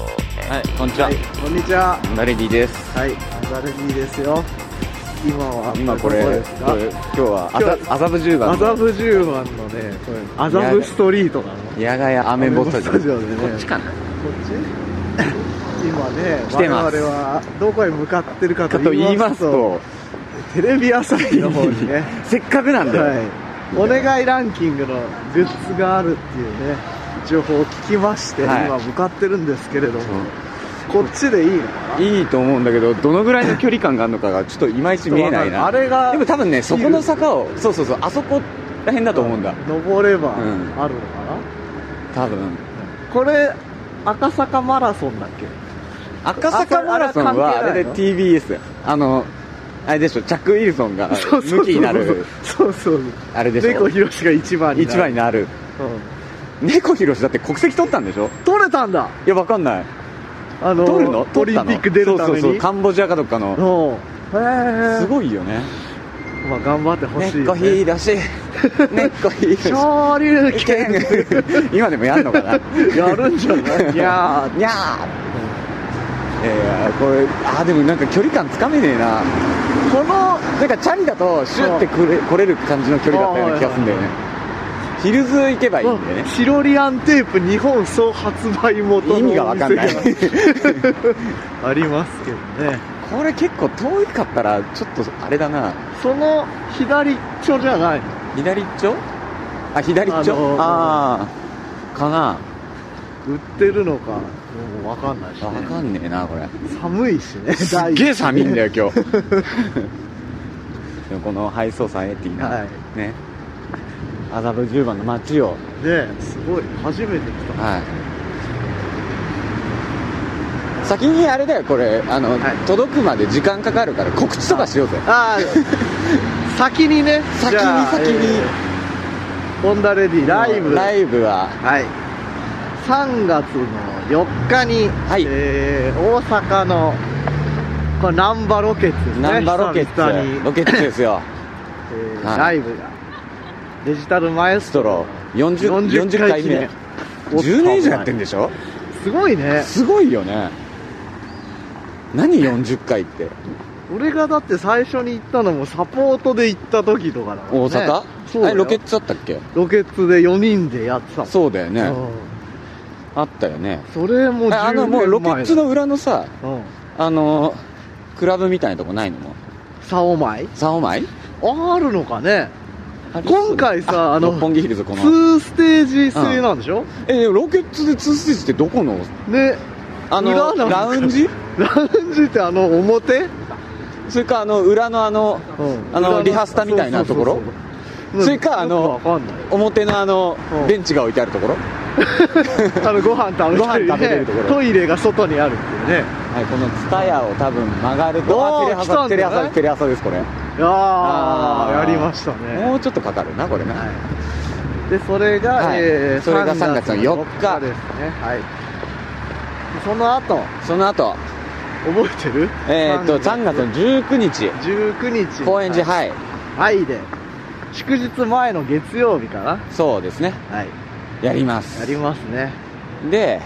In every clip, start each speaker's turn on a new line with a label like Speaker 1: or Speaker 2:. Speaker 1: んにちは、
Speaker 2: はい、こんにちは。
Speaker 1: ナレディです
Speaker 2: はい、ザルギーですよ。今は
Speaker 1: 今これ
Speaker 2: ど
Speaker 1: こ
Speaker 2: こ
Speaker 1: れ
Speaker 2: ですか
Speaker 1: 今日は麻
Speaker 2: 今日
Speaker 1: 麻布十番
Speaker 2: 麻
Speaker 1: の
Speaker 2: 布十番のね、これ麻布ストリートなの。
Speaker 1: 野外アメンボスタジオ
Speaker 2: アメンボスタジオでね
Speaker 1: こっちかな
Speaker 2: こっち 今ね、
Speaker 1: 来て
Speaker 2: 我
Speaker 1: ます
Speaker 2: 々はどこへ向かってるか
Speaker 1: か
Speaker 2: と
Speaker 1: と
Speaker 2: 言
Speaker 1: 言
Speaker 2: い
Speaker 1: い
Speaker 2: ま
Speaker 1: ますす
Speaker 2: と、
Speaker 1: と
Speaker 2: テレビ朝日の方にね、
Speaker 1: せっかくなんで、
Speaker 2: はい、お願いランキングのグッズがあるっていうね、情報を聞きまして、
Speaker 1: はい
Speaker 2: 今向かってるんですけれども、こっちでいいのかな
Speaker 1: うんいいと思うんだけどどのぐらいの距離感があるのかがちょっといまいち見えないな
Speaker 2: あれが
Speaker 1: でも多分ねそこの坂をそうそうそうあそこら辺だと思うんだ
Speaker 2: 登れば
Speaker 1: うん
Speaker 2: あるのかな、
Speaker 1: 多分
Speaker 2: これ赤坂マラソンだっけ
Speaker 1: 赤坂マラソンは
Speaker 2: あ
Speaker 1: あれ
Speaker 2: れ関
Speaker 1: で
Speaker 2: 係
Speaker 1: TBS だよあのあれでしょチャック・ウィルソンが
Speaker 2: そうそうそう
Speaker 1: 向きになる
Speaker 2: そうそう
Speaker 1: あれでし
Speaker 2: 猫
Speaker 1: ょ
Speaker 2: ひろしが一番にな
Speaker 1: 一
Speaker 2: る
Speaker 1: 番になる
Speaker 2: う
Speaker 1: 猫ひろしだって国籍取ったんでしょ
Speaker 2: ん取れたんだ
Speaker 1: いやわかんない
Speaker 2: あの
Speaker 1: 取るの
Speaker 2: オ
Speaker 1: 取
Speaker 2: リ
Speaker 1: っ
Speaker 2: ン
Speaker 1: たの
Speaker 2: ピック出るために
Speaker 1: そうそうそうカンボジアかどっかの
Speaker 2: うんへえ
Speaker 1: すごいよね
Speaker 2: まあ頑張ってほしい
Speaker 1: 猫
Speaker 2: よ、
Speaker 1: ひー
Speaker 2: ね、
Speaker 1: だし猫ひーだし
Speaker 2: 昇竜
Speaker 1: いけん
Speaker 2: 拳
Speaker 1: 今でもやんのかな
Speaker 2: やるんじゃ ないいや
Speaker 1: にゃーえー、これあーでもなんか距離感つかめねえなこのなんかチャリだとシュッてくれ来れる感じの距離だったような気がするんだよねヒルズ行けばいいんだよね
Speaker 2: シロリアンテープ日本総発売元の
Speaker 1: 意味がわかんない
Speaker 2: お店が ありますけどね
Speaker 1: これ結構遠かったらちょっとあれだな
Speaker 2: その左っちょじゃないの
Speaker 1: 左っちょあ左っちょ
Speaker 2: あのー
Speaker 1: ああかな
Speaker 2: 売ってるのかもう分かんないし、ね、
Speaker 1: わかんねえなこ れ
Speaker 2: 寒いしね
Speaker 1: すっげえ寒いん
Speaker 2: だ
Speaker 1: だよ今 日でもこのハイソサエティな、
Speaker 2: は
Speaker 1: ね麻布十番の街を
Speaker 2: ねえすごい初めて来た
Speaker 1: はい先にあれだよこれあの、
Speaker 2: はい
Speaker 1: 届くまで時間かかるから告知とかしようぜ
Speaker 2: ああ 先にね
Speaker 1: 先に
Speaker 2: じゃあ
Speaker 1: 先に
Speaker 2: ーホンダレディライブ
Speaker 1: ライブは
Speaker 2: はい3月の4日に、
Speaker 1: はい
Speaker 2: えー大阪のこれナンバロケッツですね
Speaker 1: ナンバロケッ
Speaker 2: 久々に
Speaker 1: ツロケッツですよ
Speaker 2: えー
Speaker 1: はい
Speaker 2: ライブがデジタルマエ
Speaker 1: ス
Speaker 2: ス
Speaker 1: ト
Speaker 2: ト
Speaker 1: ロ
Speaker 2: ロ
Speaker 1: ー 40,
Speaker 2: 40
Speaker 1: 40回目
Speaker 2: おっと
Speaker 1: 10年以上やってんでしょ
Speaker 2: すごいね
Speaker 1: すごいよね何40回って
Speaker 2: 俺がだって最初に行ったのもサポートで行った時とかだも
Speaker 1: 大
Speaker 2: んね
Speaker 1: 阪、
Speaker 2: そう
Speaker 1: あ
Speaker 2: だ
Speaker 1: れ
Speaker 2: よ
Speaker 1: ロケッツだったっけ
Speaker 2: ロケッツで4人でやってたもん
Speaker 1: そうだよね
Speaker 2: う
Speaker 1: あ
Speaker 2: ん
Speaker 1: ったよね
Speaker 2: それも10年前
Speaker 1: ああのもうロケッツ
Speaker 2: う
Speaker 1: の裏のさ
Speaker 2: ん
Speaker 1: あのクラブみたいなとこないのも
Speaker 2: サオマイ
Speaker 1: 三オマイ
Speaker 2: ああるのかね
Speaker 1: ありそう
Speaker 2: 今回さあの
Speaker 1: 六本木ヒルズこの
Speaker 2: 2ステージ制なんでしょ、
Speaker 1: えでもロケッツで2ステージってどこの
Speaker 2: で
Speaker 1: あ
Speaker 2: 裏な
Speaker 1: の
Speaker 2: んか
Speaker 1: ラウンジ
Speaker 2: ラウンジってあの表、うん
Speaker 1: それかあの裏のあのあの
Speaker 2: 裏
Speaker 1: リハスタみたいなところ
Speaker 2: そうそうそう
Speaker 1: それかあの
Speaker 2: よくわかんない
Speaker 1: 表のあの
Speaker 2: うん
Speaker 1: ベンチが置いてあるところは
Speaker 2: あのご飯食べ
Speaker 1: ご飯食べ
Speaker 2: て
Speaker 1: れ
Speaker 2: る
Speaker 1: る
Speaker 2: と
Speaker 1: とこ
Speaker 2: ころ
Speaker 1: ろ
Speaker 2: トイレが外にあるっていうね
Speaker 1: いこのツタヤを多分曲がるとあ
Speaker 2: おー
Speaker 1: テレ
Speaker 2: 来た
Speaker 1: 朝
Speaker 2: んだね
Speaker 1: テレ朝テレ朝ですこれ
Speaker 2: いやあ
Speaker 1: あ
Speaker 2: や
Speaker 1: ー
Speaker 2: りましたね
Speaker 1: もうちょっとかかるなこれな
Speaker 2: はい、でそれが、
Speaker 1: はい
Speaker 2: えー
Speaker 1: それが3月の4日
Speaker 2: ですねはいでその後
Speaker 1: その後
Speaker 2: 覚えてる
Speaker 1: えーっと3月の19日
Speaker 2: 19日
Speaker 1: 高円寺
Speaker 2: はい
Speaker 1: はい
Speaker 2: はいで祝日前の月曜日かな
Speaker 1: そうですね
Speaker 2: はい
Speaker 1: やります
Speaker 2: やりますね
Speaker 1: で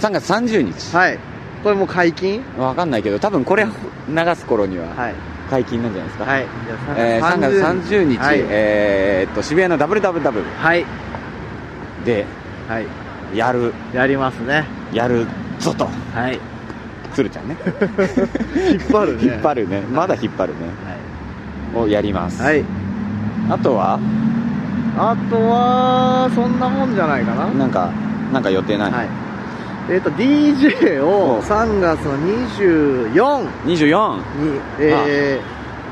Speaker 1: 3月30日
Speaker 2: はいこれもう解禁
Speaker 1: わかんないけど多分これ流す頃には
Speaker 2: はい
Speaker 1: 解禁なんじゃないですか、
Speaker 2: はい
Speaker 1: えー、3月30日、
Speaker 2: はい、
Speaker 1: えーっと渋谷の WWW
Speaker 2: はい
Speaker 1: で
Speaker 2: はい
Speaker 1: やる
Speaker 2: やりますね
Speaker 1: やるぞと
Speaker 2: はい
Speaker 1: 鶴ちゃん ね
Speaker 2: 引っ張る ね
Speaker 1: 引っ張るねまだ引っ張るねをやります、
Speaker 2: はい、はい、
Speaker 1: あとは
Speaker 2: あとはそんなもんじゃないかな
Speaker 1: なんかなんか予定ない、
Speaker 2: はい。えっ、と、DJ
Speaker 1: お
Speaker 2: を
Speaker 1: う
Speaker 2: 3月の24
Speaker 1: 24
Speaker 2: に、え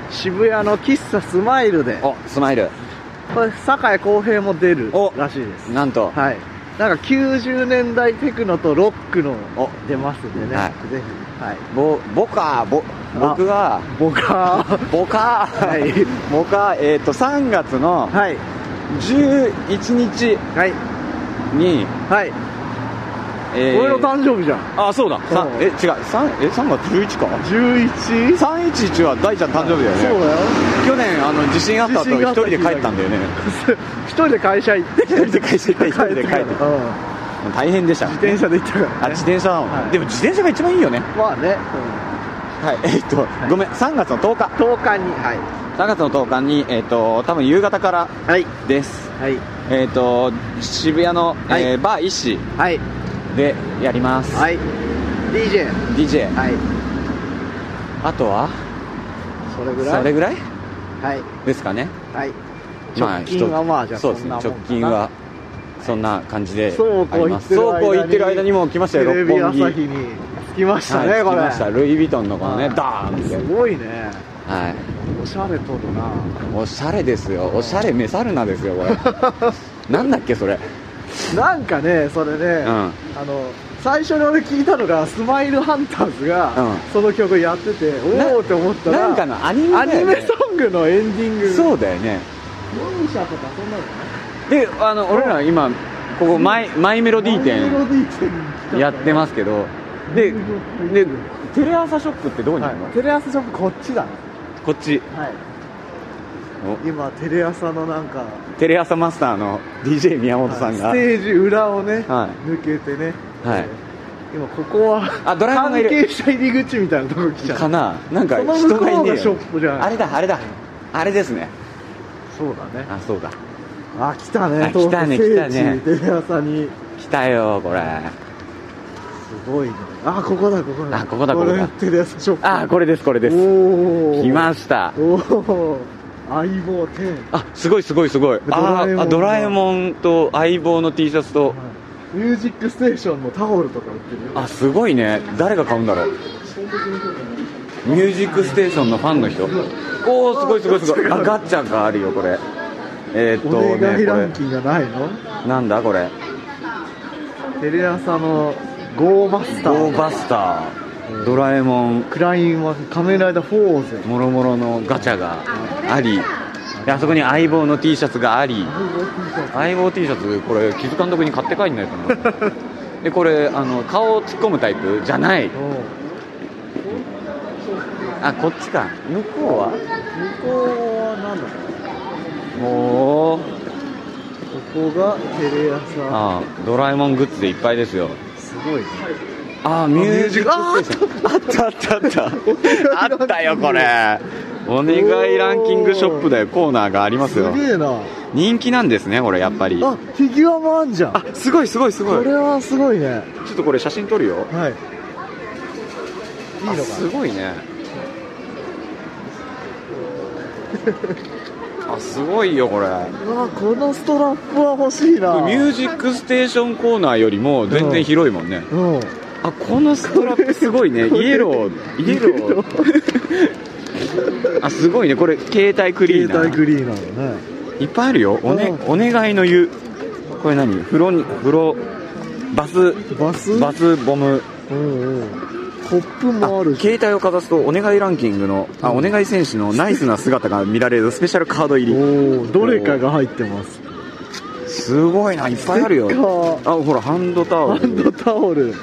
Speaker 2: ー、渋谷の喫茶スマイルで、
Speaker 1: おスマイル
Speaker 2: これ、酒井康平も出る
Speaker 1: お
Speaker 2: らしいです。
Speaker 1: なんと、
Speaker 2: はい。なんか90年代テクノとロックの
Speaker 1: お
Speaker 2: 出ますんでね、
Speaker 1: は
Speaker 2: ぜひ。はい。
Speaker 1: ぼ僕はぼ僕は
Speaker 2: 僕は、
Speaker 1: 僕は、
Speaker 2: はい
Speaker 1: 僕はえーっと3月の
Speaker 2: はい。
Speaker 1: 11日
Speaker 2: はい。
Speaker 1: に、
Speaker 2: はい。
Speaker 1: えー
Speaker 2: 俺の誕生日じゃん。
Speaker 1: あそうださん
Speaker 2: うん
Speaker 1: え違う三え3月11か
Speaker 2: 11?
Speaker 1: 311は大ちゃん誕生日だよね
Speaker 2: そうだよ。
Speaker 1: 去年あの地震あった
Speaker 2: 地
Speaker 1: 後
Speaker 2: 震が
Speaker 1: 一
Speaker 2: あった
Speaker 1: 人
Speaker 2: 日
Speaker 1: で帰ったんだよね
Speaker 2: 一人で会社行って、
Speaker 1: 一人で会社行って一人で帰って
Speaker 2: うん。
Speaker 1: 大変でした、
Speaker 2: 自転車で行ったから、ね、
Speaker 1: あ自転車なの、
Speaker 2: はい
Speaker 1: でも自転車が一番いいよね
Speaker 2: まあね、
Speaker 1: はいえっと、ごめん3月の10日
Speaker 2: うん、10日には
Speaker 1: 3月の10日にえっと多分夕方から
Speaker 2: いはい
Speaker 1: です
Speaker 2: はい
Speaker 1: えっと渋谷の、
Speaker 2: はい
Speaker 1: えーバーイシ
Speaker 2: はい
Speaker 1: でやります、
Speaker 2: はい DJ
Speaker 1: DJ
Speaker 2: はい
Speaker 1: あとは
Speaker 2: それぐらい
Speaker 1: それぐらい
Speaker 2: はい
Speaker 1: ですかね
Speaker 2: はい
Speaker 1: まあ
Speaker 2: 直近はまあじゃあ
Speaker 1: そ
Speaker 2: そ
Speaker 1: うんです
Speaker 2: な
Speaker 1: ね
Speaker 2: もんかな
Speaker 1: 直近はそんな感じで
Speaker 2: そうこう
Speaker 1: あり
Speaker 2: 言ってる
Speaker 1: ますそうこう言ってる間にもう来ましたよ
Speaker 2: テレ
Speaker 1: 六
Speaker 2: ビ
Speaker 1: 本木
Speaker 2: 朝日に着きましたね、
Speaker 1: はい、
Speaker 2: こ
Speaker 1: 着き
Speaker 2: れ
Speaker 1: ましたルイ・ヴィトンのこのね
Speaker 2: はい
Speaker 1: ダーンって
Speaker 2: すごいね
Speaker 1: はい
Speaker 2: おしゃれとるな
Speaker 1: おしゃれですよおしゃれ メサルナですよこれなんだっけそれ
Speaker 2: なんかねそれね、
Speaker 1: ん
Speaker 2: あの最初に俺聞いたのがスマイルハンターズが、
Speaker 1: うん
Speaker 2: その曲やってて
Speaker 1: な
Speaker 2: おおって思ったら
Speaker 1: なんかのアニメだ
Speaker 2: ア
Speaker 1: よね
Speaker 2: ニメソングのエンディングう
Speaker 1: そうだよね
Speaker 2: 4社とかそんなのね
Speaker 1: であの俺ら今ここマイマイメロディー
Speaker 2: メ
Speaker 1: 店
Speaker 2: ロディー店に
Speaker 1: やってますすけどででテレ朝ショップってどこにあるの、
Speaker 2: はい、テレ朝ショップこっちだね
Speaker 1: こっち
Speaker 2: はい
Speaker 1: お
Speaker 2: 今テレ朝のなんか
Speaker 1: テレ朝マスターの DJ 宮本さんが、
Speaker 2: ステージ裏をね、
Speaker 1: は
Speaker 2: 抜けてね、
Speaker 1: はい
Speaker 2: 今ここは
Speaker 1: あドラえもんがい
Speaker 2: 関
Speaker 1: る
Speaker 2: 係者入り口みたいなとこ来ちゃう
Speaker 1: かななんか
Speaker 2: その
Speaker 1: 人
Speaker 2: 向こ
Speaker 1: がいね
Speaker 2: う
Speaker 1: えよ
Speaker 2: がショップじゃない
Speaker 1: あれだあれだあれですね
Speaker 2: そうだね
Speaker 1: あそうだ
Speaker 2: あ来た
Speaker 1: あ
Speaker 2: ね
Speaker 1: 来たね
Speaker 2: 東
Speaker 1: 来たね
Speaker 2: 京聖地テレ朝に
Speaker 1: 来たよこれ
Speaker 2: すごいねあここだここだ
Speaker 1: あここだここだ
Speaker 2: れテレ朝ショップ
Speaker 1: あこれですこれです
Speaker 2: おお
Speaker 1: 来ました
Speaker 2: おお相棒10
Speaker 1: あすごいすごいすごいあーあド
Speaker 2: ド
Speaker 1: ラ
Speaker 2: ラ
Speaker 1: え
Speaker 2: え
Speaker 1: も
Speaker 2: も
Speaker 1: んと相棒の T シャツと
Speaker 2: ミュージックステーションのタオルとか売ってるよ
Speaker 1: あすごいね誰が買うんだろうミュージックステーションのファンの人おおすごいすごいすごいあガッチャがあるよこれえーっ
Speaker 2: お
Speaker 1: と
Speaker 2: 願いラン
Speaker 1: ね
Speaker 2: キングがないの
Speaker 1: これなんだこれ
Speaker 2: テレ朝のゴーバスタ
Speaker 1: ゴー
Speaker 2: ー
Speaker 1: バスタードラえもん
Speaker 2: クラインは仮面ライダーフォーゼ
Speaker 1: もろもろのガチャがありであそこに相棒の T シャツがあり相棒 T シャツこれ木津監督に買って帰んないか なでこれあの顔を突っ込むタイプじゃない
Speaker 2: おう
Speaker 1: あこっちか向こうは
Speaker 2: 向こうは何だろう
Speaker 1: もう
Speaker 2: ここがテレ朝
Speaker 1: ああドラえもんグッズでいっぱいですよ
Speaker 2: すごいね
Speaker 1: ああミュージックステーションあったあったあったあったよこれお願いランキングショップでコーナーがあります
Speaker 2: す
Speaker 1: よ
Speaker 2: げえなあ
Speaker 1: 人気なんですねこれやっぱりあ
Speaker 2: フィギュアもあんじゃん
Speaker 1: すごいすごいすご
Speaker 2: こ
Speaker 1: いち
Speaker 2: れはすごいね
Speaker 1: ょっとこれ写真撮るよ
Speaker 2: はいいいの
Speaker 1: あ
Speaker 2: か
Speaker 1: すごいねあすごいよこれ
Speaker 2: なうわこのストラップは欲しいな
Speaker 1: ミュージックステーションコーナーよりも全然広いもんね、
Speaker 2: うん
Speaker 1: あこのストラップすごいね
Speaker 2: これ
Speaker 1: イエローイエロー あすごいねこれ携帯クリー
Speaker 2: 携
Speaker 1: ナ
Speaker 2: 帯
Speaker 1: ー
Speaker 2: グリーンなのね
Speaker 1: いっぱいあるよお,、ね、お願いの湯これ何風呂に風呂バス
Speaker 2: バス
Speaker 1: バスボム
Speaker 2: うんうんコップもあるし
Speaker 1: 携帯をかざすとお願いランキングのあお願い選手のナイスな姿が見られるスペシャルカード入り
Speaker 2: おおどれかが入ってます
Speaker 1: すごいないっぱいあるよ
Speaker 2: ステッ
Speaker 1: あほらハンドタオ
Speaker 2: ハンド
Speaker 1: ル
Speaker 2: タオル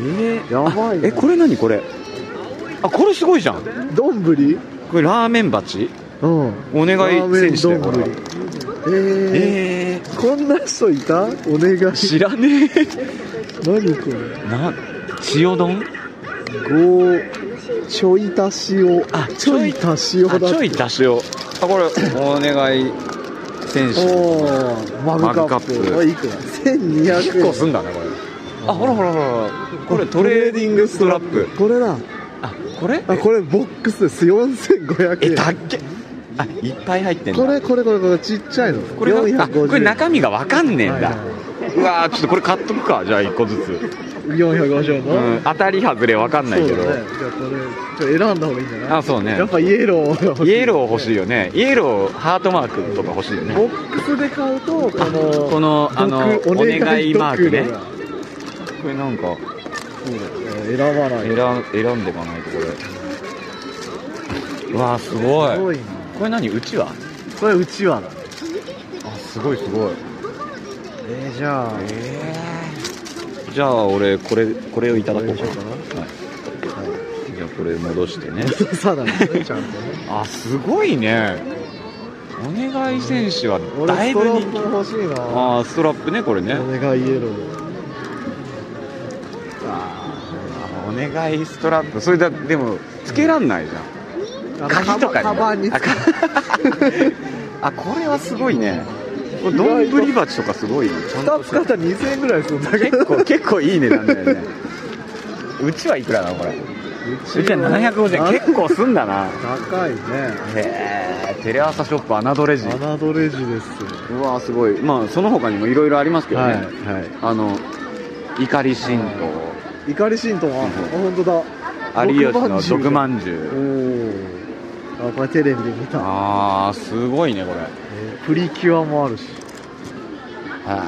Speaker 1: えー、
Speaker 2: やばい
Speaker 1: あ
Speaker 2: な
Speaker 1: えこれ何これあこれすごいじゃん
Speaker 2: どんぶり
Speaker 1: これラーメン鉢
Speaker 2: うん
Speaker 1: お願
Speaker 2: ラーメ
Speaker 1: い
Speaker 2: ン
Speaker 1: 選手だ
Speaker 2: ど
Speaker 1: よこ
Speaker 2: んぶ
Speaker 1: れ
Speaker 2: りえ
Speaker 1: え
Speaker 2: ー、こんな人いたお願い
Speaker 1: ー、知らねえ
Speaker 2: 何これ
Speaker 1: な塩丼
Speaker 2: ごちょい足しを
Speaker 1: あ
Speaker 2: ちょい足しをだ
Speaker 1: あちょいだしをあこれお願い選手
Speaker 2: おーマグカ
Speaker 1: マ
Speaker 2: ッ
Speaker 1: グカッ
Speaker 2: プ
Speaker 1: プ
Speaker 2: あいくら1200
Speaker 1: 結構す
Speaker 2: 円
Speaker 1: んだねこれあほらほらほらほらこれトレーディングストラップ
Speaker 2: これだ
Speaker 1: あこれ
Speaker 2: あこれボックスです4500円
Speaker 1: えたっけあいっぱい入ってんだ
Speaker 2: これこれこれこれちっちゃいの
Speaker 1: これがあ
Speaker 2: 450円
Speaker 1: これ中身がわかんねえんだ、
Speaker 2: はいは
Speaker 1: うわーちょっとこれ買っとくかじゃあ一個ずつ、
Speaker 2: 450円の、
Speaker 1: うん、当たり外れわかんないけ
Speaker 2: そう
Speaker 1: ど、
Speaker 2: だねじゃあこれちょっと選んだ方がいいんじゃない
Speaker 1: あそうね
Speaker 2: やっぱイエローが欲しい
Speaker 1: イエロー欲しいよねイエローハートマークとか欲しいよね
Speaker 2: ボックスで買う とこの
Speaker 1: このあの
Speaker 2: 僕
Speaker 1: お願いマークね
Speaker 2: ドクロが
Speaker 1: これなんか
Speaker 2: そうだよね選ばない
Speaker 1: 選選んでかないとこれ うわーすごい
Speaker 2: すごいな
Speaker 1: これ何うちは
Speaker 2: それうちわだ
Speaker 1: あすごいすごい
Speaker 2: えー、じゃあ
Speaker 1: ええじゃあ俺これこれをいただこうかな
Speaker 2: これにし
Speaker 1: はいじゃあこれ戻してね
Speaker 2: そうだねちゃんとね
Speaker 1: あすごいねお願い選手は
Speaker 2: 俺
Speaker 1: だい
Speaker 2: スト
Speaker 1: ぶ
Speaker 2: ラ
Speaker 1: 人
Speaker 2: ップ
Speaker 1: 気
Speaker 2: も欲しいな
Speaker 1: ああストラップねこれね
Speaker 2: お願いイエロー
Speaker 1: お願いストラップそれだでもつけらんないじゃん
Speaker 2: あの
Speaker 1: 鍵とかに
Speaker 2: カバンに
Speaker 1: あか あこれはすごいねこれ丼鉢とかすごいちゃん
Speaker 2: 2
Speaker 1: と
Speaker 2: つ買ったら2000円ぐらいするんだけど
Speaker 1: 結構 結構いい値段だよねうちはいくらなのこれう
Speaker 2: う
Speaker 1: ちは750円結構すんだな
Speaker 2: 高いね
Speaker 1: へえテレ朝ショップ侮れ人
Speaker 2: 侮れジです
Speaker 1: うわーすごいまあその他にもいろいろありますけ
Speaker 2: よ
Speaker 1: ど
Speaker 2: は
Speaker 1: ね、
Speaker 2: いは
Speaker 1: あの怒り神
Speaker 2: い怒り神道はあ本当だ
Speaker 1: 道有吉の毒ま
Speaker 2: ん
Speaker 1: んじゅ
Speaker 2: お
Speaker 1: う
Speaker 2: おーあこれテレビで見た
Speaker 1: ああすごいねこれ
Speaker 2: えープリキュアもあるし
Speaker 1: は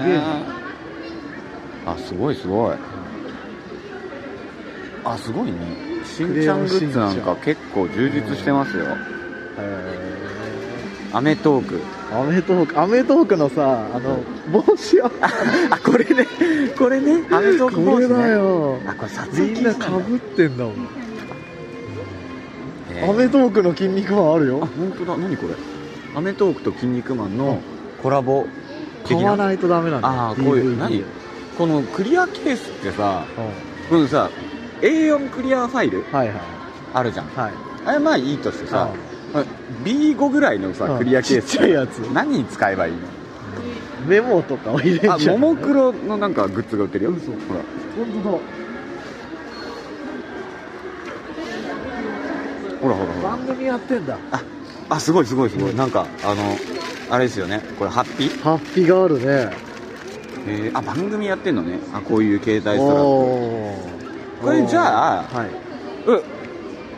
Speaker 2: すげえ
Speaker 1: あすごいすごいあすごいねしん
Speaker 2: クレ
Speaker 1: ちゃ
Speaker 2: ヨ
Speaker 1: んグ
Speaker 2: ン
Speaker 1: ッズなんか結構充実してますよ「アメトーーク」
Speaker 2: アメトーークアメトーークのさあの帽子を
Speaker 1: あこれねこれねアメトーク
Speaker 2: こ
Speaker 1: 帽
Speaker 2: れ
Speaker 1: 子
Speaker 2: だ
Speaker 1: ね
Speaker 2: よ
Speaker 1: あこれ撮
Speaker 2: み
Speaker 1: 影
Speaker 2: ん
Speaker 1: 禁
Speaker 2: な
Speaker 1: 止
Speaker 2: か
Speaker 1: なんだ
Speaker 2: ぶってんだもん
Speaker 1: え
Speaker 2: ア
Speaker 1: ー
Speaker 2: メトーークの筋肉マンある
Speaker 1: あ
Speaker 2: よ
Speaker 1: 本当だ何これ「アメトーーク」と「筋肉マン」のコラボ的
Speaker 2: 買わ
Speaker 1: な
Speaker 2: ないとダメなんだよ
Speaker 1: ああこういう
Speaker 2: DVD
Speaker 1: 何
Speaker 2: うん
Speaker 1: このクリアケースってさこのさ A4 クリアファイル
Speaker 2: はいはい
Speaker 1: あるじゃん
Speaker 2: はい
Speaker 1: あれまあいいとしてさ
Speaker 2: うん
Speaker 1: B5 ぐらいのさクリアケー
Speaker 2: ちっ
Speaker 1: ス
Speaker 2: ちゃいやつ
Speaker 1: 何に使えばいい
Speaker 2: メモとかを入れ
Speaker 1: のあ
Speaker 2: ちゃ
Speaker 1: も
Speaker 2: う
Speaker 1: もクロのなんかグッズが売ってるよ
Speaker 2: 嘘
Speaker 1: ほら
Speaker 2: 本当
Speaker 1: ほらほら
Speaker 2: だ
Speaker 1: ほら
Speaker 2: 番組やってんだ
Speaker 1: あすごいすごいすごいなんかあのあれですよねこれハッピー、
Speaker 2: ハッピーがあるね
Speaker 1: えーあ番組やってんのねあこういう携帯ストラップ
Speaker 2: おー
Speaker 1: これじゃあ
Speaker 2: はい、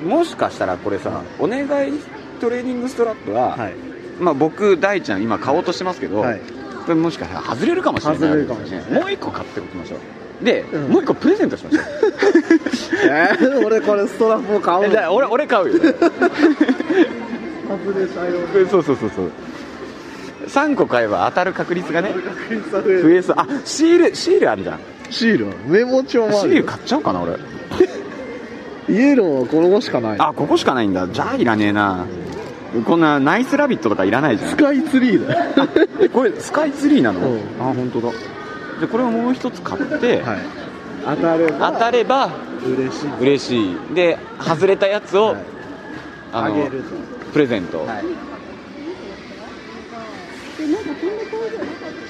Speaker 1: うもしかしたらこれさ、お願いトレーニングストラップは、
Speaker 2: はい
Speaker 1: まあ、僕大ちゃん今買おうとしてますけど、
Speaker 2: はい、
Speaker 1: これもしかしたら外れるかもしれない
Speaker 2: 外れるかもしれ
Speaker 1: もう一個買っておきましょうで、
Speaker 2: うん
Speaker 1: もう一個プレゼントしまし ょう
Speaker 2: えー、俺これストラップを買う
Speaker 1: え
Speaker 2: の
Speaker 1: じゃあ俺俺買うよ
Speaker 2: 外れたよ
Speaker 1: これそうそうそうそう3個買えば当たる確率がね
Speaker 2: 確認さ
Speaker 1: 増
Speaker 2: れる
Speaker 1: えそうあシールシールあるじゃん
Speaker 2: シールはメモ帳もあ
Speaker 1: シ
Speaker 2: る
Speaker 1: ール
Speaker 2: よ
Speaker 1: 買っちゃおうかな俺
Speaker 2: イエローはこの子しかない
Speaker 1: あここしかないんだじゃあいらねえなこんなナイスラビットとかいらないじゃ
Speaker 2: ス
Speaker 1: ん
Speaker 2: カイツリーだよ
Speaker 1: えこれスカイツリーなの、
Speaker 2: うん
Speaker 1: あ本当だでこれをもう一つ買って、
Speaker 2: はい当たれ
Speaker 1: 当
Speaker 2: ば
Speaker 1: たれば
Speaker 2: 嬉しい
Speaker 1: 嬉しいで外れたやつを、
Speaker 2: はい
Speaker 1: あ
Speaker 2: あ
Speaker 1: の
Speaker 2: げると
Speaker 1: プレゼント、
Speaker 2: はい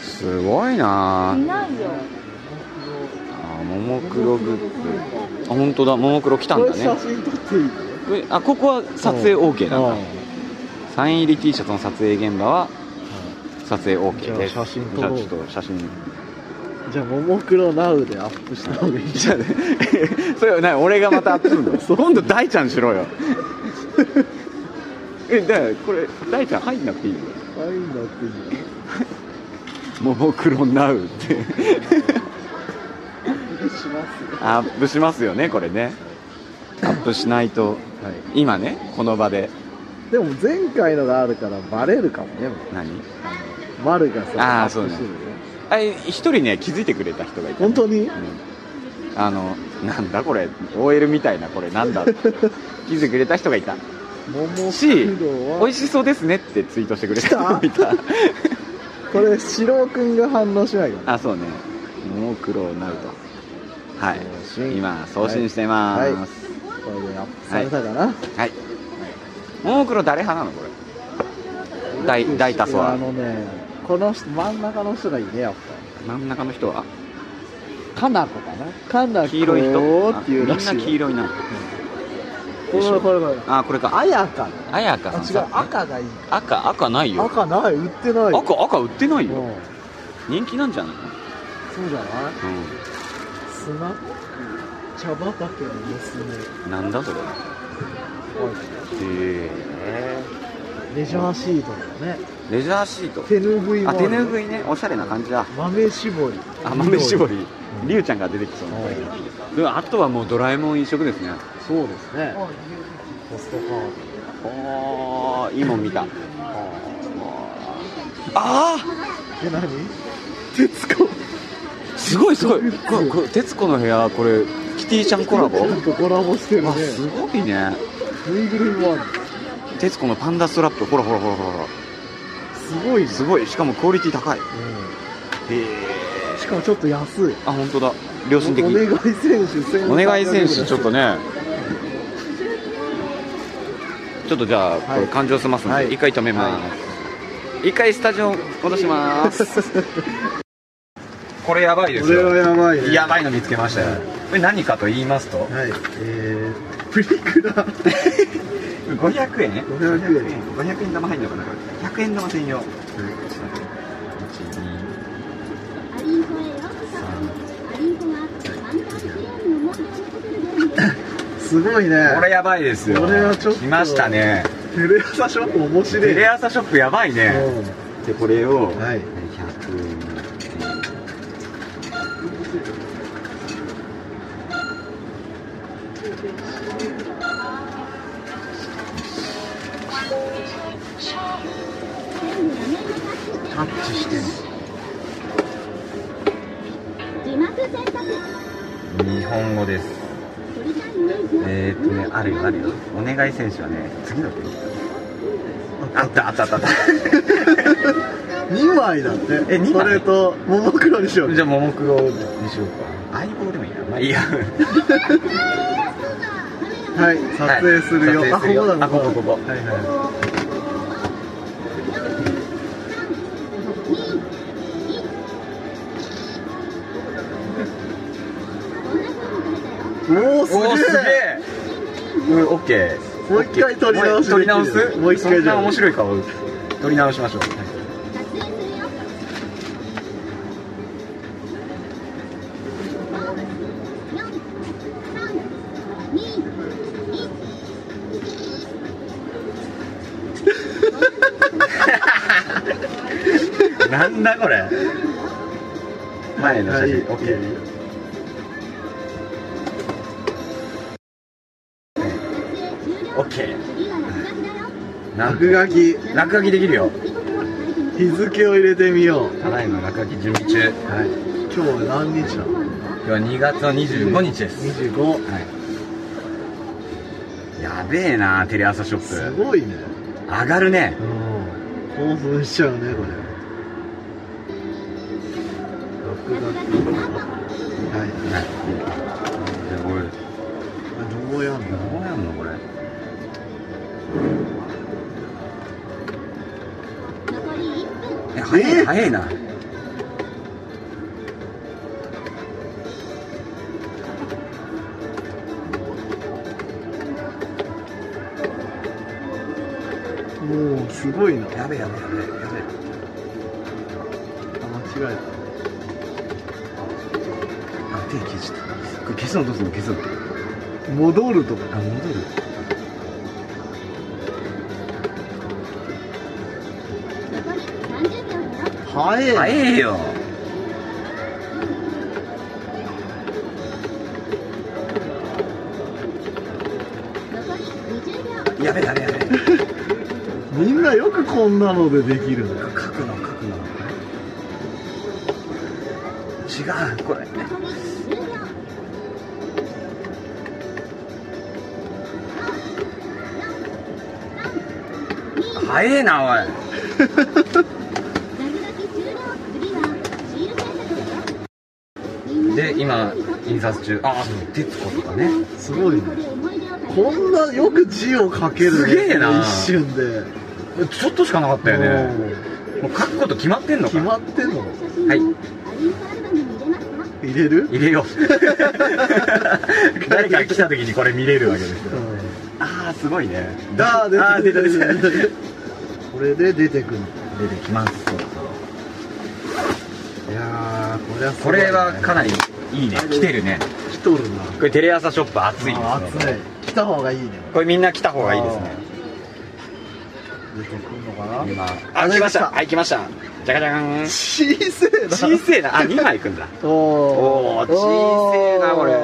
Speaker 1: すごいなあ
Speaker 3: いないよ。
Speaker 1: あももクログッズあ本当だももクロ来たん
Speaker 2: こ
Speaker 1: だ
Speaker 2: れ
Speaker 1: ね
Speaker 2: 写真撮っていいの
Speaker 1: これあここは撮影 OK なんだ
Speaker 2: うん
Speaker 1: サイン入り T シャツの撮影現場は撮影 OK です
Speaker 2: じゃあ写真
Speaker 1: じ
Speaker 2: 撮
Speaker 1: ゃあ
Speaker 2: ろう
Speaker 1: ちょっと写真
Speaker 2: じゃあ「ももクロナウ」でアップした方がいい
Speaker 1: じゃあねそれはな俺がまたアップするの今度大ちゃんしろよ えだからこれ大ちゃん入んなくていいよ
Speaker 2: あいいんだっていいんだ
Speaker 1: ももクロナウ って
Speaker 2: しますよ
Speaker 1: アップしますよねこれねアップしないと
Speaker 2: はい
Speaker 1: 今ねこの場で
Speaker 2: でも前回のがあるからバレるかもねもう
Speaker 1: 何
Speaker 2: 丸がさ
Speaker 1: あーそうね
Speaker 2: アップしてるよ
Speaker 1: あ一人ね気づいてくれた人がいた
Speaker 2: 本当に
Speaker 1: うんあのなんだこれ OL みたいなこれなんだ気づいてくれた人がいた
Speaker 2: ももクロ
Speaker 1: し美
Speaker 2: は
Speaker 1: 味しそうですねってツイートしてくれた人がい
Speaker 2: 来
Speaker 1: た
Speaker 2: これ四郎くんが反応しないから
Speaker 1: あそうねもう苦労なるとはい
Speaker 2: 送信
Speaker 1: 今送信してます
Speaker 2: これでアップされたかな
Speaker 1: はい、もう黒誰派なのこれ大大多数は
Speaker 2: あのねこの人真ん中の人がいいねやっ
Speaker 1: 真ん中の人は
Speaker 2: ぱかなこかなかなこ
Speaker 1: 黄色い人
Speaker 2: っていう
Speaker 1: あみ
Speaker 2: ら
Speaker 1: ん
Speaker 2: しい
Speaker 1: な
Speaker 2: よ
Speaker 1: 黄色いな
Speaker 2: これこれこれ
Speaker 1: あこれかあ
Speaker 2: あやか
Speaker 1: あやか
Speaker 2: あ
Speaker 1: さん
Speaker 2: 違う
Speaker 1: さ
Speaker 2: 赤がいい
Speaker 1: 赤赤ないよ
Speaker 2: 赤ない売ってないよ
Speaker 1: 赤赤売ってないよ
Speaker 2: うん
Speaker 1: 人気なんじゃない
Speaker 2: そうじゃない
Speaker 1: の
Speaker 2: スナック茶畑の娘
Speaker 1: うんなんだそれへえ
Speaker 2: レジャーシートだね
Speaker 1: レジャーシート
Speaker 2: 手ぬぐいも
Speaker 1: あ
Speaker 2: あ
Speaker 1: 手
Speaker 2: る
Speaker 1: ぬぐいねおしゃれな感じだ
Speaker 2: 豆絞り
Speaker 1: あ豆絞り
Speaker 2: うん
Speaker 1: りゅうちゃんが出てきそうな
Speaker 2: はい
Speaker 1: でもあとはもうドラえもん一色ですね
Speaker 2: そうですねポストカー
Speaker 1: おーいいもん見たあ
Speaker 2: ドえ何徹子
Speaker 1: ーすごいすごいこれこれ徹子の部屋これキティちゃんコラボ
Speaker 2: ちょっとコラボしてるね
Speaker 1: わすごいね
Speaker 2: ぬいぐるみもある
Speaker 1: 徹子のパンダストラップほらほらほらほらほら
Speaker 2: すごいね
Speaker 1: すごいしかもクオリティ高いへえ
Speaker 2: しかもちょっと安い
Speaker 1: あ本当だ良心的
Speaker 2: お願い選手1300
Speaker 1: お願い選手ちょっとねちょっとじゃあこ
Speaker 2: は
Speaker 1: れ
Speaker 2: い
Speaker 1: 感情済ますん
Speaker 2: は
Speaker 1: で
Speaker 2: い
Speaker 1: 一回止めます一回スタジオ戻しますこれやばいで
Speaker 2: こ
Speaker 1: す
Speaker 2: れは
Speaker 1: よ
Speaker 2: やばいね
Speaker 1: やばいの見つけましたよこれ何かと言いますと
Speaker 2: はいえー、プリクラ
Speaker 1: 500円
Speaker 2: 500円
Speaker 1: 500円玉入んのかなこれ100円玉専用
Speaker 3: アリンコへようこそアリンコはワンタンクレームのも一部でございます
Speaker 2: すごいね
Speaker 1: これやばいですよ
Speaker 2: これはちょっと
Speaker 1: 来ましたね
Speaker 2: テレ朝ショップ面白い
Speaker 1: テレ朝ショップやばいねでこれを
Speaker 2: うんはい
Speaker 1: 100円
Speaker 3: 全部画面でタッチして
Speaker 1: タッチして
Speaker 3: 字幕選択
Speaker 1: 日本語です
Speaker 3: 撮りたいイメージを
Speaker 1: えー、っとねあるよあるよお願い選手はね次のページあったあったあったあった
Speaker 2: 2枚だって
Speaker 1: え二枚
Speaker 2: それとももクロにしよう
Speaker 1: じゃあももクロにしようか相棒でもいいなまあいいや
Speaker 2: はい撮影するよ、
Speaker 1: はい撮影するよ
Speaker 2: あここだ
Speaker 1: あここここ
Speaker 2: はいはいおおすげ
Speaker 1: おお
Speaker 2: え
Speaker 1: すげえうんオッケー
Speaker 2: もう一回撮り直し
Speaker 1: もう一回撮り直
Speaker 2: でき
Speaker 1: す
Speaker 2: るもう一回じゃん
Speaker 1: そんな面白い顔撮り直しましょう
Speaker 3: 撮影するよ
Speaker 1: なんだこれ前の写真、オッケーオッケー
Speaker 3: 次は落書きだよ
Speaker 1: なん
Speaker 2: 落書き
Speaker 1: 落書きできるよ
Speaker 3: 時刻
Speaker 2: 日
Speaker 3: を変えてみ
Speaker 2: 付を入れてみよう
Speaker 1: ただいま落書き準備中
Speaker 2: はい今日は何日だ
Speaker 1: 今日は2月の25日です、
Speaker 2: 25
Speaker 1: はい、やべえなテレ朝ショ
Speaker 2: す
Speaker 1: ッ
Speaker 2: ごいね
Speaker 1: プ上がるね
Speaker 2: うん興奮しちゃうねこれ落書きはい
Speaker 1: はいじゃあこれ
Speaker 2: どうやんの
Speaker 1: どうやんのこれ
Speaker 3: 残り
Speaker 1: え
Speaker 3: 1分
Speaker 1: 早い早いな
Speaker 2: もうすごいなあ
Speaker 1: やべえやべえやべえやべえ
Speaker 2: 間違えた
Speaker 1: あ手消したこれ消すのどうすんの消すの
Speaker 2: 戻ると
Speaker 1: あ
Speaker 2: か
Speaker 1: 戻る
Speaker 3: 残り30秒だよ
Speaker 2: 早えな
Speaker 1: 早えよ
Speaker 3: 残り20秒
Speaker 1: やべえやべえやべえ
Speaker 2: みんなよくこんなのでできるね
Speaker 1: 書くの書くの違うこれ
Speaker 3: 残り10秒
Speaker 1: 早えなおい
Speaker 3: 落書き終了次はシール制作だよみんな
Speaker 1: で今印刷中ああ徹子とかね
Speaker 2: すごいね
Speaker 3: ここで思い出を書いて
Speaker 2: こんなよく字を書けるね
Speaker 1: すげえな
Speaker 2: 一瞬で
Speaker 1: ちょっとしかなかったよねもう書くこと決まってん
Speaker 2: うん
Speaker 1: の
Speaker 2: 決
Speaker 1: か
Speaker 2: まってんの
Speaker 3: 写真を
Speaker 1: は
Speaker 3: ア
Speaker 1: い
Speaker 3: リンコアルバムに入れますか
Speaker 2: 入れる、
Speaker 1: 入れ よう誰か来た時にこれ見れるわけですよ
Speaker 2: う
Speaker 1: ああすごいね
Speaker 2: ん、あ
Speaker 1: あ
Speaker 2: あ
Speaker 1: ー
Speaker 2: 出
Speaker 1: 出
Speaker 2: て
Speaker 1: た
Speaker 2: く
Speaker 1: 出た出
Speaker 2: る出てくるこれで出てくる
Speaker 1: てきますそうそう
Speaker 2: いやーこれはす
Speaker 1: こ
Speaker 2: ごいね
Speaker 1: れはかなりいいね来てるね
Speaker 2: 来とるな
Speaker 1: これテレ朝ショップ熱い
Speaker 2: あ
Speaker 1: ですね
Speaker 2: ー暑い来た方がいいね
Speaker 1: これみんな来た方がいいですね
Speaker 2: 出てくるのかな
Speaker 1: 今あ来ましたはい来ましたじゃかじゃかん
Speaker 2: 小せえな
Speaker 1: 小せえなあ2枚いくんだ
Speaker 2: おお
Speaker 1: おー小せえなこれおー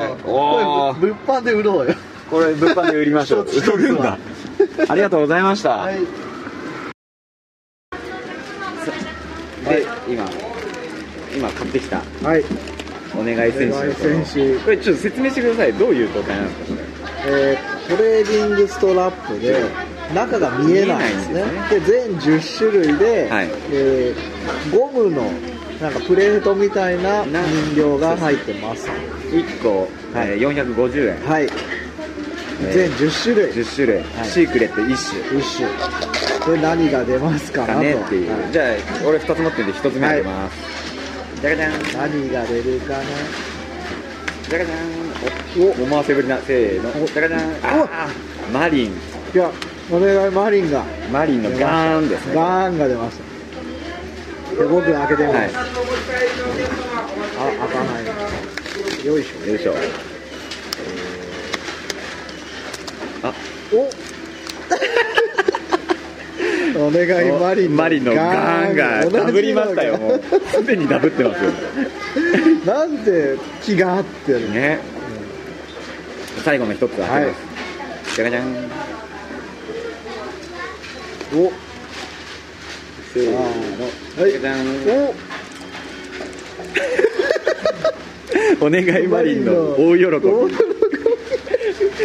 Speaker 2: これぶ物販で売ろうよ
Speaker 1: これ物販で売りましょう
Speaker 2: 一つ一つは
Speaker 1: 売るんだありがとうございました、
Speaker 2: はい
Speaker 1: で今今買ってきた
Speaker 2: はい
Speaker 1: お願い選
Speaker 2: お願い
Speaker 1: 手
Speaker 2: 選手
Speaker 1: これちょっと説明してくださいどういう動画なんですかこ
Speaker 2: えートレーディングストラップで中が見えないんですねで全10種類で、
Speaker 1: はい
Speaker 2: えーゴムのなんかプレートみたいな人
Speaker 1: な
Speaker 2: 形が入ってます
Speaker 1: 1個、
Speaker 2: はい
Speaker 1: えー450円、
Speaker 2: はい、
Speaker 1: えー
Speaker 2: 全10種類
Speaker 1: 10種類、
Speaker 2: い
Speaker 1: シークレット1種
Speaker 2: 1種で何が出ますかな
Speaker 1: か
Speaker 2: と
Speaker 1: ねっていう、
Speaker 2: はい
Speaker 1: じゃあ俺2つ持ってるんで1つ目あげます、じゃがじゃんじ
Speaker 2: 何が出るかな
Speaker 1: ゃがじゃんおお回せぶりなせーの
Speaker 2: お
Speaker 1: じゃがじゃん
Speaker 2: お
Speaker 1: あーマリン
Speaker 2: いやお願いマリンが
Speaker 1: マリンのガーンですねは
Speaker 2: ガーンが出ましたで僕開けてみます、
Speaker 1: い
Speaker 2: あ開かないよいし
Speaker 1: よいしょあ
Speaker 2: ょ お願いマリン
Speaker 1: マリンのガーンがダブりましたよもうすでにダブってますよ
Speaker 2: う なんて気が合ってる
Speaker 1: ね最後の一つは、
Speaker 2: はい
Speaker 1: はい、じゃがじゃん
Speaker 2: お
Speaker 1: せーの
Speaker 2: はい
Speaker 1: じゃがじゃんお願いマリンの大喜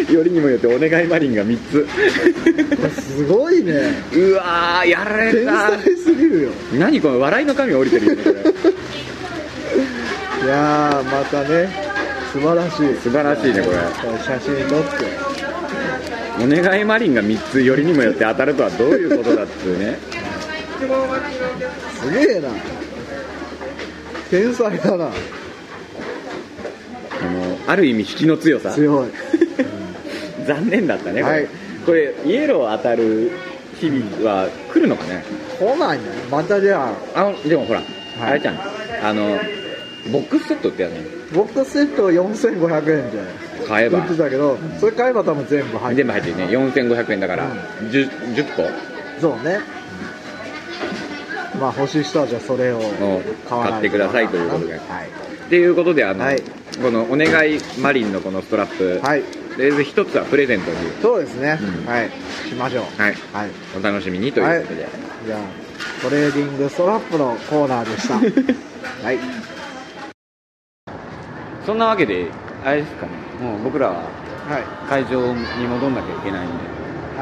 Speaker 1: びよりにもよってお願いマリンが3つ
Speaker 2: おすごいね
Speaker 1: うわーやられ
Speaker 2: 天
Speaker 1: た
Speaker 2: 才すぎるよ
Speaker 1: 何この笑いの神降りてるよねこれ
Speaker 2: いやーまたね素晴らしい
Speaker 1: 素晴らしいねこれ
Speaker 2: 写真撮って
Speaker 1: お願いマリンが3つよりにもよって当たるとはどういうことだっつうね
Speaker 2: すげえな天才だな
Speaker 1: あのある意味引きの強さ
Speaker 2: 強い
Speaker 1: 残念だったねこれ,、
Speaker 2: はい
Speaker 1: これイエロー当たる日々は来るのかね
Speaker 2: 来ないねまたじゃあ
Speaker 1: あのでもほら、あれじゃんあのボックスセットってやつね
Speaker 2: ボックスセットは4500円じゃない
Speaker 1: 買えば
Speaker 2: 言ってたけどそれ買えば多分全部入って
Speaker 1: 全部入ってるね4500円だから、10, 10個
Speaker 2: そうねまあ欲しい人はじゃあそれを
Speaker 1: ん
Speaker 2: 買わない
Speaker 1: 買ってくださいということで
Speaker 2: は
Speaker 1: っ
Speaker 2: い、
Speaker 1: ていうことであの、
Speaker 2: はい
Speaker 1: このお願いマリンのこのストラップ、
Speaker 2: はい、
Speaker 1: で一つはプレゼントに
Speaker 2: そうですね、
Speaker 1: うん
Speaker 2: はいしましょう
Speaker 1: はい
Speaker 2: はい
Speaker 1: お楽しみにということで、
Speaker 2: じゃあトレーディングストラップのコーナーでした はい
Speaker 1: そんなわけであれですかねもう僕らは
Speaker 2: は
Speaker 1: 会場に戻んなきゃいけないんで
Speaker 2: い、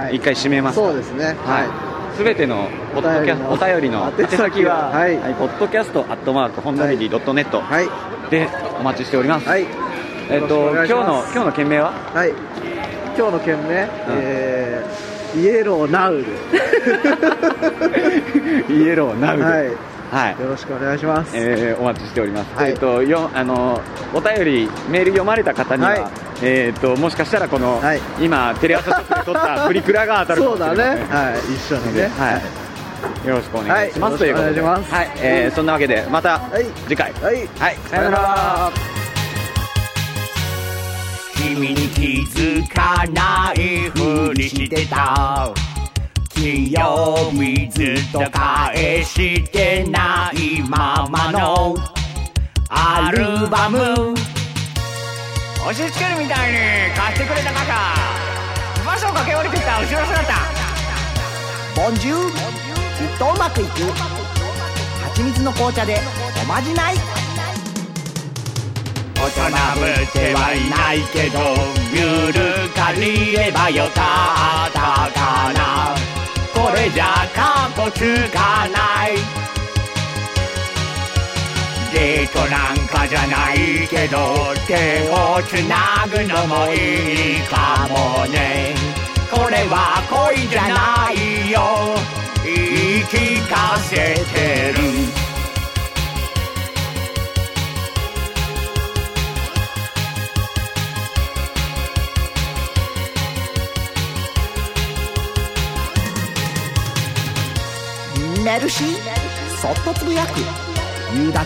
Speaker 2: は
Speaker 1: 一、回締めますか
Speaker 2: そうですねはい、
Speaker 1: はい、すべてのポッドキャスト
Speaker 2: お
Speaker 1: お
Speaker 2: 便
Speaker 1: 便
Speaker 2: り
Speaker 1: り
Speaker 2: の
Speaker 1: の宛先は、
Speaker 2: はい
Speaker 1: ポッドキャストアットマークホンダビリードットネット
Speaker 2: はい
Speaker 1: でお待ちしております。
Speaker 2: はい
Speaker 1: えっ、と
Speaker 2: よ
Speaker 1: 今
Speaker 2: ろし
Speaker 1: 日
Speaker 2: くお
Speaker 1: の
Speaker 2: 願いします
Speaker 1: 今日の件名は
Speaker 2: はい今日の件名、えー、イエローナウル
Speaker 1: イエロー ナウで
Speaker 2: はいよ
Speaker 1: はい。
Speaker 2: ろしくお願いします、
Speaker 1: えーお待ちしております。
Speaker 2: はい
Speaker 1: えっ、とよあのお便りメール読まれた方には、
Speaker 2: はい
Speaker 1: えっ、ともしかしたらこの、
Speaker 2: はい
Speaker 1: 今テレ朝ショップで撮ったプリクラが当たるか
Speaker 2: そ
Speaker 1: も
Speaker 2: う
Speaker 1: しれませ
Speaker 2: だ
Speaker 1: ん
Speaker 2: ね、はい、一緒にね、
Speaker 1: はい。よろしくお願いします、
Speaker 2: はい
Speaker 1: ということで
Speaker 2: よろしくお願いします
Speaker 1: はい、えーそんなわけでまた、
Speaker 2: はい
Speaker 1: 次回。
Speaker 2: はい、
Speaker 1: はい、さようなら。
Speaker 4: 君に気づかないふりしてた金曜日ずっと返してないままのアルバム押し付けるみたいに貸してくれた方場所を駆け下りてきた後ろ姿
Speaker 5: ボンジュールきっとうまくいく蜂蜜の紅茶でおまじない
Speaker 4: 大人ぶってはいないけどゆるかりればよかったかなこれじゃかっこつかないデートなんかじゃないけど手をつなぐのもいいかもねこれは恋じゃないよ言い聞かせてる
Speaker 5: 寝るしそっとつぶやく夕立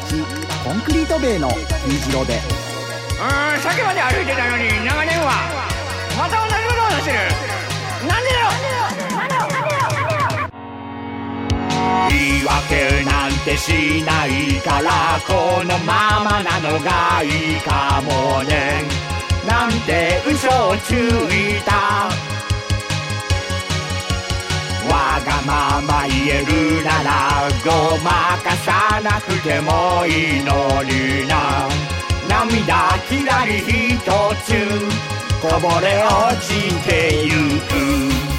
Speaker 5: コンクリート塀の虹色で
Speaker 4: うーんさっきまで歩いてたのに長年はまた同じことをしてるなんでだろう言い訳なんてしないからこのままなのがいいかもねなんて嘘をついたわがまま言えるならごまかさなくてもいいのにな涙きらりひとつこぼれ落ちてゆく